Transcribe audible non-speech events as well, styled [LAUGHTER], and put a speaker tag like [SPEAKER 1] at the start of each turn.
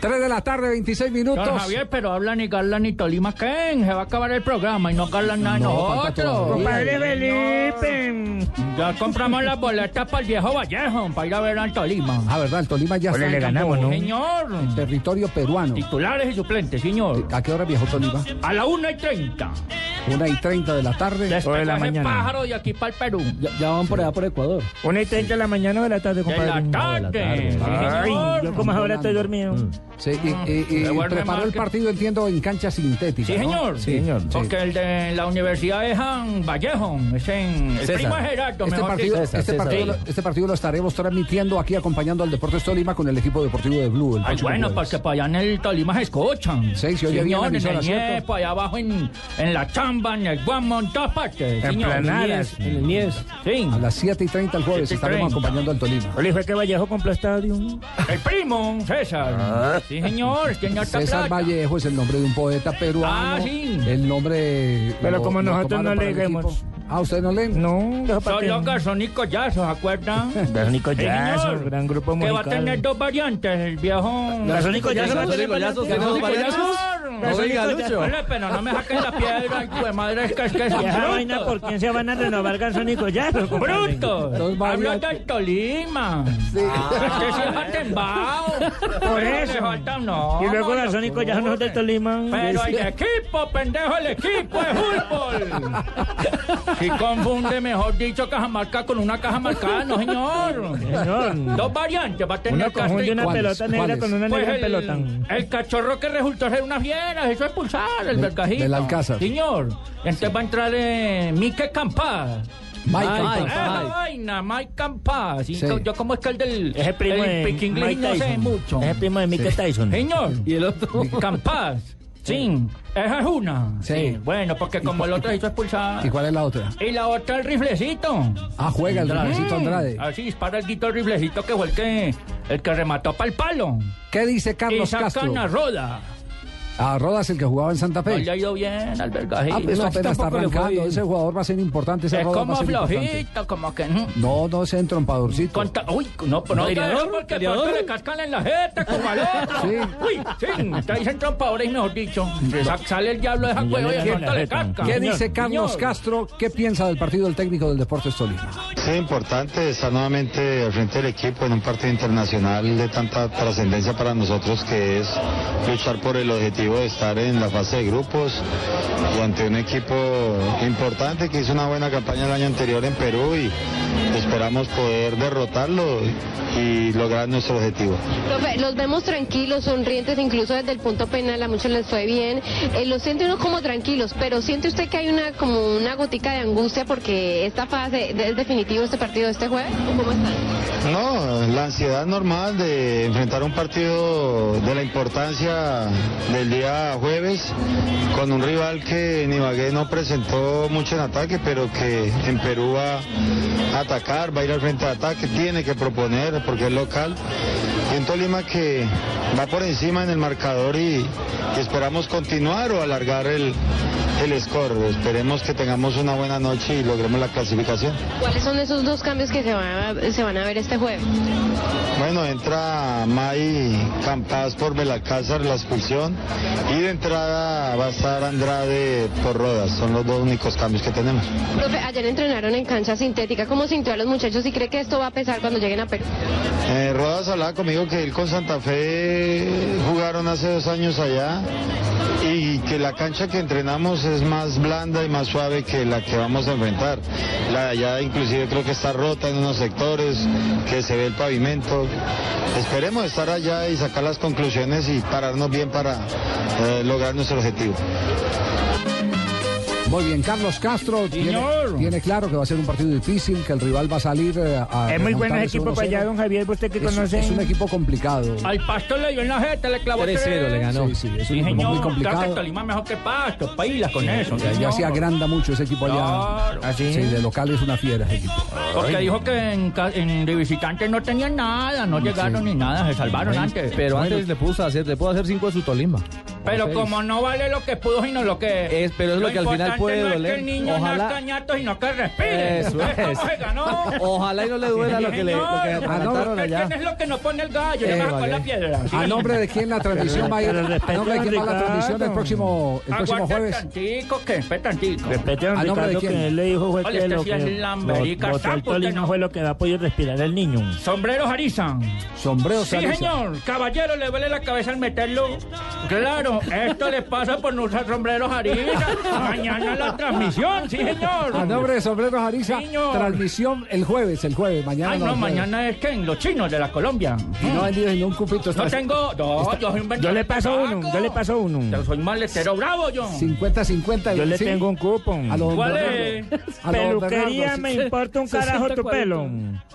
[SPEAKER 1] 3 de la tarde, 26 minutos.
[SPEAKER 2] Don Javier, pero hablan y Garlan y Tolima, ¿qué? Se va a acabar el programa y no Garlan nada de nosotros.
[SPEAKER 3] Compadre Felipe.
[SPEAKER 2] Ya compramos las boletas para el viejo Vallejo, para ir a ver al Tolima.
[SPEAKER 1] Ah, verdad, el Tolima ya
[SPEAKER 3] Ole,
[SPEAKER 1] está
[SPEAKER 3] le
[SPEAKER 1] en
[SPEAKER 3] ganamos, ¿no?
[SPEAKER 2] Señor,
[SPEAKER 1] territorio peruano.
[SPEAKER 2] titulares y suplentes, señor.
[SPEAKER 1] ¿A qué hora viajó Tolima?
[SPEAKER 2] A la 1 y 30.
[SPEAKER 1] 1 y 30 de la tarde.
[SPEAKER 2] Después
[SPEAKER 3] de la
[SPEAKER 2] coge
[SPEAKER 3] mañana.
[SPEAKER 2] pájaro de aquí para el Perú.
[SPEAKER 4] Ya, ya van por allá por Ecuador.
[SPEAKER 3] Una y treinta de la mañana o de la tarde,
[SPEAKER 2] De
[SPEAKER 3] compadre.
[SPEAKER 2] la tarde. sí,
[SPEAKER 3] Ay,
[SPEAKER 2] señor.
[SPEAKER 3] yo como ahora estoy dormido.
[SPEAKER 2] Mm.
[SPEAKER 1] Sí, y-
[SPEAKER 2] Ah.
[SPEAKER 1] y- y
[SPEAKER 2] Devuelve
[SPEAKER 1] preparó
[SPEAKER 2] más
[SPEAKER 1] el
[SPEAKER 2] que-
[SPEAKER 1] partido, entiendo, en cancha sintética.
[SPEAKER 2] Sí,
[SPEAKER 1] ¿no?
[SPEAKER 2] señor.
[SPEAKER 3] Sí, señor.
[SPEAKER 2] Porque el de la universidad es en Vallejo. Es en. El
[SPEAKER 4] César.
[SPEAKER 2] primo es Gerardo,
[SPEAKER 1] Este
[SPEAKER 2] mejor
[SPEAKER 1] partido,
[SPEAKER 2] dicho.
[SPEAKER 4] César,
[SPEAKER 1] este,
[SPEAKER 4] César.
[SPEAKER 1] partido,
[SPEAKER 2] Sí.
[SPEAKER 1] lo- este partido lo estaremos transmitiendo aquí acompañando al Deportes Tolima con el equipo deportivo de Blue. El
[SPEAKER 2] Ay,
[SPEAKER 1] próximo
[SPEAKER 2] bueno,
[SPEAKER 1] jueves.
[SPEAKER 2] porque para allá en el Tolima se escuchan.
[SPEAKER 1] Sí, se oye bien la
[SPEAKER 2] señor, en
[SPEAKER 1] emisora,
[SPEAKER 2] el
[SPEAKER 1] ¿cierto?
[SPEAKER 2] Niepo, allá abajo en, en la chamba, en el Guamo, en todas partes.
[SPEAKER 3] En
[SPEAKER 2] señor.
[SPEAKER 3] planadas.
[SPEAKER 2] En el Nies. Sí.
[SPEAKER 1] A las 7 y 30 el jueves
[SPEAKER 2] 7 y
[SPEAKER 1] estaremos
[SPEAKER 2] 30.
[SPEAKER 1] acompañando al Tolima.
[SPEAKER 3] Oli, fue que Vallejo compró estadio.
[SPEAKER 2] El primo, César.
[SPEAKER 3] Ah.
[SPEAKER 2] Sí, señor, señor
[SPEAKER 1] César Vallejo es el nombre de un poeta peruano.
[SPEAKER 2] Ah, sí.
[SPEAKER 1] El nombre.
[SPEAKER 3] Pero como
[SPEAKER 1] lo
[SPEAKER 3] nosotros
[SPEAKER 1] tomaron
[SPEAKER 3] no
[SPEAKER 1] para el
[SPEAKER 3] leemos.
[SPEAKER 1] equipo. Ah, ¿ustedes no leen?
[SPEAKER 3] No, dejó para
[SPEAKER 2] Son
[SPEAKER 3] que-
[SPEAKER 2] los garzonicos ya, ¿se
[SPEAKER 3] [LAUGHS]
[SPEAKER 2] acuerdan?
[SPEAKER 3] Garzonicos
[SPEAKER 2] Sí,
[SPEAKER 3] Jazz,
[SPEAKER 2] señor,
[SPEAKER 3] un gran grupo
[SPEAKER 2] Que va a
[SPEAKER 3] musical.
[SPEAKER 2] tener dos variantes, el viejo.
[SPEAKER 3] Garzónico ya
[SPEAKER 4] Garzónico
[SPEAKER 3] se
[SPEAKER 4] ya se-
[SPEAKER 3] Garzónico
[SPEAKER 4] Garzónico
[SPEAKER 3] ya
[SPEAKER 4] ya
[SPEAKER 3] se-
[SPEAKER 4] se-
[SPEAKER 2] Señor.
[SPEAKER 4] No diga, Lucho.
[SPEAKER 2] Vale, pero no me saquen la piedra, hijo de madre, es que es que es
[SPEAKER 3] Y esa
[SPEAKER 2] un
[SPEAKER 3] vaina, ¿por
[SPEAKER 2] bruto.
[SPEAKER 3] quién se van a renovar Garzónico ya?
[SPEAKER 2] Bruto.
[SPEAKER 1] Dos
[SPEAKER 2] Hablo
[SPEAKER 1] variantes.
[SPEAKER 2] del Tolima.
[SPEAKER 1] Sí.
[SPEAKER 2] Es que se han tembado.
[SPEAKER 3] Por
[SPEAKER 2] Pero
[SPEAKER 3] eso.
[SPEAKER 2] le faltan, no.
[SPEAKER 3] Y luego Garzónico ya no es de Tolima.
[SPEAKER 2] Pero el equipo, pendejo, el equipo es fútbol. Si confunde, mejor dicho, Cajamarca con una Cajamarca, no señor.
[SPEAKER 3] Señor.
[SPEAKER 2] Dos variantes va a tener
[SPEAKER 3] Uno confunde
[SPEAKER 2] Castro y-
[SPEAKER 3] una
[SPEAKER 1] ¿Cuáles?
[SPEAKER 3] pelota negra
[SPEAKER 1] ¿Cuáles?
[SPEAKER 3] con una
[SPEAKER 2] Pues
[SPEAKER 3] negra
[SPEAKER 2] el,
[SPEAKER 3] pelota.
[SPEAKER 2] el cachorro que resultó ser una fiera, eso expulsar, el
[SPEAKER 1] Del-
[SPEAKER 2] Bergajito.
[SPEAKER 1] del Alcázar.
[SPEAKER 2] Señor, entonces va a entrar eh, Mike Campa.
[SPEAKER 1] Mike,
[SPEAKER 4] Mike,
[SPEAKER 1] Mike.
[SPEAKER 2] Esa
[SPEAKER 4] Mike.
[SPEAKER 2] vaina, Mike Campa. Sí,
[SPEAKER 1] Sí.
[SPEAKER 2] co- Yo como es que el del...
[SPEAKER 3] Es el primo
[SPEAKER 2] el
[SPEAKER 3] de
[SPEAKER 2] pique inglés
[SPEAKER 3] Mike
[SPEAKER 2] no sé
[SPEAKER 3] Tyson.
[SPEAKER 2] mucho.
[SPEAKER 3] Es el primo de Mike Tyson.
[SPEAKER 2] Señor,
[SPEAKER 4] Y el otro.
[SPEAKER 2] Campas. Sí, esa es una.
[SPEAKER 1] Sí.
[SPEAKER 2] Bueno, porque como el otro hizo expulsar.
[SPEAKER 1] ¿Y cuál es la otra?
[SPEAKER 2] Y la otra el riflecito.
[SPEAKER 1] Ah, juega el Ramecito
[SPEAKER 2] Mm,
[SPEAKER 1] Andrade.
[SPEAKER 2] Así dispara el guito el riflecito que fue el que, el que remató para el palo.
[SPEAKER 1] ¿Qué dice
[SPEAKER 2] y
[SPEAKER 1] Carlos
[SPEAKER 2] sacan
[SPEAKER 1] Castro?
[SPEAKER 2] a Roda.
[SPEAKER 1] A Rodas, el que jugaba en Santa
[SPEAKER 2] No
[SPEAKER 1] Fe.
[SPEAKER 2] le ha ido bien al Bergajito.
[SPEAKER 1] Ah, pues
[SPEAKER 4] No,
[SPEAKER 1] apenas está
[SPEAKER 4] tampoco le fue
[SPEAKER 1] arrancando.
[SPEAKER 4] bien.
[SPEAKER 1] Ese jugador va a ser importante. Ese
[SPEAKER 2] es
[SPEAKER 1] Rodas va a
[SPEAKER 2] como
[SPEAKER 1] ser importante.
[SPEAKER 2] flojito, como que. mm,
[SPEAKER 1] No, no, ese entrompadorcito.
[SPEAKER 2] con ta- uy, no, pero no diga eso
[SPEAKER 4] ¿Peleador?
[SPEAKER 2] porque de
[SPEAKER 4] ¿Peleador?
[SPEAKER 2] pronto le cascan en la jeta, como al otro.
[SPEAKER 1] Sí.
[SPEAKER 2] Uy, sí, te dicen trompadores, mejor dicho. Sa- Sale el diablo de esa
[SPEAKER 3] Ya
[SPEAKER 2] cueva y
[SPEAKER 3] le
[SPEAKER 2] de
[SPEAKER 3] dieron
[SPEAKER 2] pronto
[SPEAKER 3] la
[SPEAKER 2] le
[SPEAKER 3] jeta.
[SPEAKER 2] casca.
[SPEAKER 1] ¿Qué
[SPEAKER 3] Señor,
[SPEAKER 1] dice Carlos
[SPEAKER 2] señor.
[SPEAKER 1] Castro? ¿Qué piensa del partido del técnico del Deportes Tolima?
[SPEAKER 5] Sí, importante estar nuevamente al frente del equipo en un partido internacional de tanta trascendencia para nosotros que es luchar por el objetivo de estar en la fase de grupos y ante un equipo importante que hizo una buena campaña el año anterior en Perú y esperamos poder derrotarlo y lograr nuestro objetivo.
[SPEAKER 6] Profe, los vemos tranquilos, sonrientes, incluso desde el punto penal a muchos les fue bien. Eh, los siente uno como tranquilos, pero siente usted que hay una como una gotica de angustia porque esta fase de- es definitivo este partido de este jueves. ¿O ¿Cómo están?
[SPEAKER 5] No, la ansiedad normal de enfrentar un partido de la importancia del día jueves con un rival que en Ibagué no presentó mucho en ataque, pero que en Perú va a atacar, va a ir al frente de ataque, tiene que proponer porque es local. Y un Tolima que va por encima en el marcador y, y esperamos continuar o alargar el, el score. Esperemos que tengamos una buena noche y logremos la clasificación.
[SPEAKER 6] ¿Cuáles son esos dos cambios que se van a, se van a ver este jueves?
[SPEAKER 5] Bueno, entra May Campas por Belacázar, la expulsión. Y de entrada va a estar Andrade por Rodas. Son los dos únicos cambios que tenemos.
[SPEAKER 6] Profe, ayer entrenaron en cancha sintética. ¿Cómo sintió a los muchachos y cree que esto va a pesar cuando lleguen a Perú?
[SPEAKER 5] Eh, Rodas hablaba conmigo que él con Santa Fe jugaron hace dos años allá. Y que la cancha que entrenamos es más blanda y más suave que la que vamos a enfrentar. La de allá inclusive creo que está rota en unos sectores, que se ve el pavimento. Esperemos estar allá y sacar las conclusiones y pararnos bien para eh, lograr nuestro objetivo.
[SPEAKER 1] Muy bien, Carlos Castro tiene,
[SPEAKER 2] Señor.
[SPEAKER 1] tiene claro que va a ser un partido difícil, que el rival va a salir eh, a.
[SPEAKER 3] Es muy bueno
[SPEAKER 1] remontar
[SPEAKER 3] el
[SPEAKER 1] ese
[SPEAKER 3] equipo
[SPEAKER 1] 1-0.
[SPEAKER 3] para allá, don Javier, usted que
[SPEAKER 1] Es, un-
[SPEAKER 3] conoce.
[SPEAKER 1] es un equipo complicado.
[SPEAKER 2] Al pasto le dio en la jeta, le clavó
[SPEAKER 4] 3-0 le
[SPEAKER 2] tres.
[SPEAKER 4] ganó.
[SPEAKER 1] Sí, sí, es un
[SPEAKER 2] Sí,
[SPEAKER 1] equipo
[SPEAKER 2] señor,
[SPEAKER 1] muy
[SPEAKER 2] Creo que
[SPEAKER 1] complicado.
[SPEAKER 2] Tolima mejor que Pasto, pailas con eso.
[SPEAKER 1] Ya, ya
[SPEAKER 2] señor.
[SPEAKER 1] se agranda mucho ese equipo allá.
[SPEAKER 2] Claro.
[SPEAKER 3] Así.
[SPEAKER 1] Sí, de local es una fiera ese equipo.
[SPEAKER 2] Porque dijo que en, ca- en de visitantes no tenían nada, no llegaron ni nada, se salvaron antes.
[SPEAKER 4] Pero antes le puso a hacer, le puedo hacer cinco a su Tolima.
[SPEAKER 2] Pero
[SPEAKER 4] seis.
[SPEAKER 2] como no vale lo que pudo, sino lo que.
[SPEAKER 4] Es- pero es lo que al final
[SPEAKER 2] importante
[SPEAKER 4] puede
[SPEAKER 2] no Es
[SPEAKER 4] doler.
[SPEAKER 2] que el niño
[SPEAKER 4] Ojalá-
[SPEAKER 2] nazca ñato, sino que respire.
[SPEAKER 4] Eso
[SPEAKER 2] ¿Ves cómo
[SPEAKER 4] es. Oh,
[SPEAKER 2] se
[SPEAKER 4] [LAUGHS]
[SPEAKER 2] ganó?
[SPEAKER 4] Ojalá y no le duela lo que le lo que
[SPEAKER 2] Señor, Ah,
[SPEAKER 4] adelantaron
[SPEAKER 2] ¿qué-
[SPEAKER 4] allá.
[SPEAKER 2] ¿Quién es lo que nos pone el gallo? Yo
[SPEAKER 4] Eh,
[SPEAKER 2] me voy a coger la
[SPEAKER 4] vale.
[SPEAKER 2] piedra.
[SPEAKER 1] ¿A nombre de quién la transmisión va a ir?
[SPEAKER 3] pero
[SPEAKER 1] ¿A
[SPEAKER 3] respete
[SPEAKER 1] nombre de
[SPEAKER 3] a
[SPEAKER 1] quién va la
[SPEAKER 3] Ricardo.
[SPEAKER 1] transmisión el próximo, el próximo
[SPEAKER 2] Aguante
[SPEAKER 1] jueves?
[SPEAKER 2] tantico, que espera tantico.
[SPEAKER 3] Respete a
[SPEAKER 1] ¿A
[SPEAKER 3] don
[SPEAKER 1] nombre Ah, de
[SPEAKER 3] Ricardo
[SPEAKER 1] quién?
[SPEAKER 3] que él le dijo fue
[SPEAKER 2] Oye,
[SPEAKER 3] que
[SPEAKER 2] este
[SPEAKER 3] lo
[SPEAKER 2] sí
[SPEAKER 3] que
[SPEAKER 2] es lamberica,
[SPEAKER 3] lo- botó el
[SPEAKER 2] sapo, usted
[SPEAKER 3] Tolima
[SPEAKER 2] no.
[SPEAKER 3] fue lo que va a poder respirar el niño.
[SPEAKER 2] Sombreros Arizan.
[SPEAKER 1] Sombrero
[SPEAKER 2] Sí,
[SPEAKER 1] Saliza.
[SPEAKER 2] señor. Caballero, le duele la cabeza al meterlo. Claro, esto le pasa por no usar sombreros Arizan. Mañana la transmisión, sí, señor.
[SPEAKER 1] A nombre de Sombrero Ariza,
[SPEAKER 2] Señor.
[SPEAKER 1] transmisión el jueves, el jueves, mañana.
[SPEAKER 2] Ay, no,
[SPEAKER 1] el jueves.
[SPEAKER 2] mañana es que en los chinos de la Colombia.
[SPEAKER 1] Y no ha vendido ni un cupito.
[SPEAKER 2] No
[SPEAKER 1] está-
[SPEAKER 2] tengo. No, yo soy un
[SPEAKER 3] Yo le paso
[SPEAKER 2] vendedor de
[SPEAKER 3] uno,
[SPEAKER 2] tabaco.
[SPEAKER 3] yo le paso uno.
[SPEAKER 2] Yo soy maletero bravo, yo.
[SPEAKER 1] 50-50.
[SPEAKER 3] Yo le
[SPEAKER 1] sí.
[SPEAKER 3] tengo un
[SPEAKER 1] A
[SPEAKER 3] cupón.
[SPEAKER 1] los
[SPEAKER 2] ¿Cuál es?
[SPEAKER 1] A don Bernardo,
[SPEAKER 3] Peluquería,
[SPEAKER 1] sí.
[SPEAKER 3] me importa un carajo tu
[SPEAKER 4] 60,
[SPEAKER 3] pelo.
[SPEAKER 4] 40.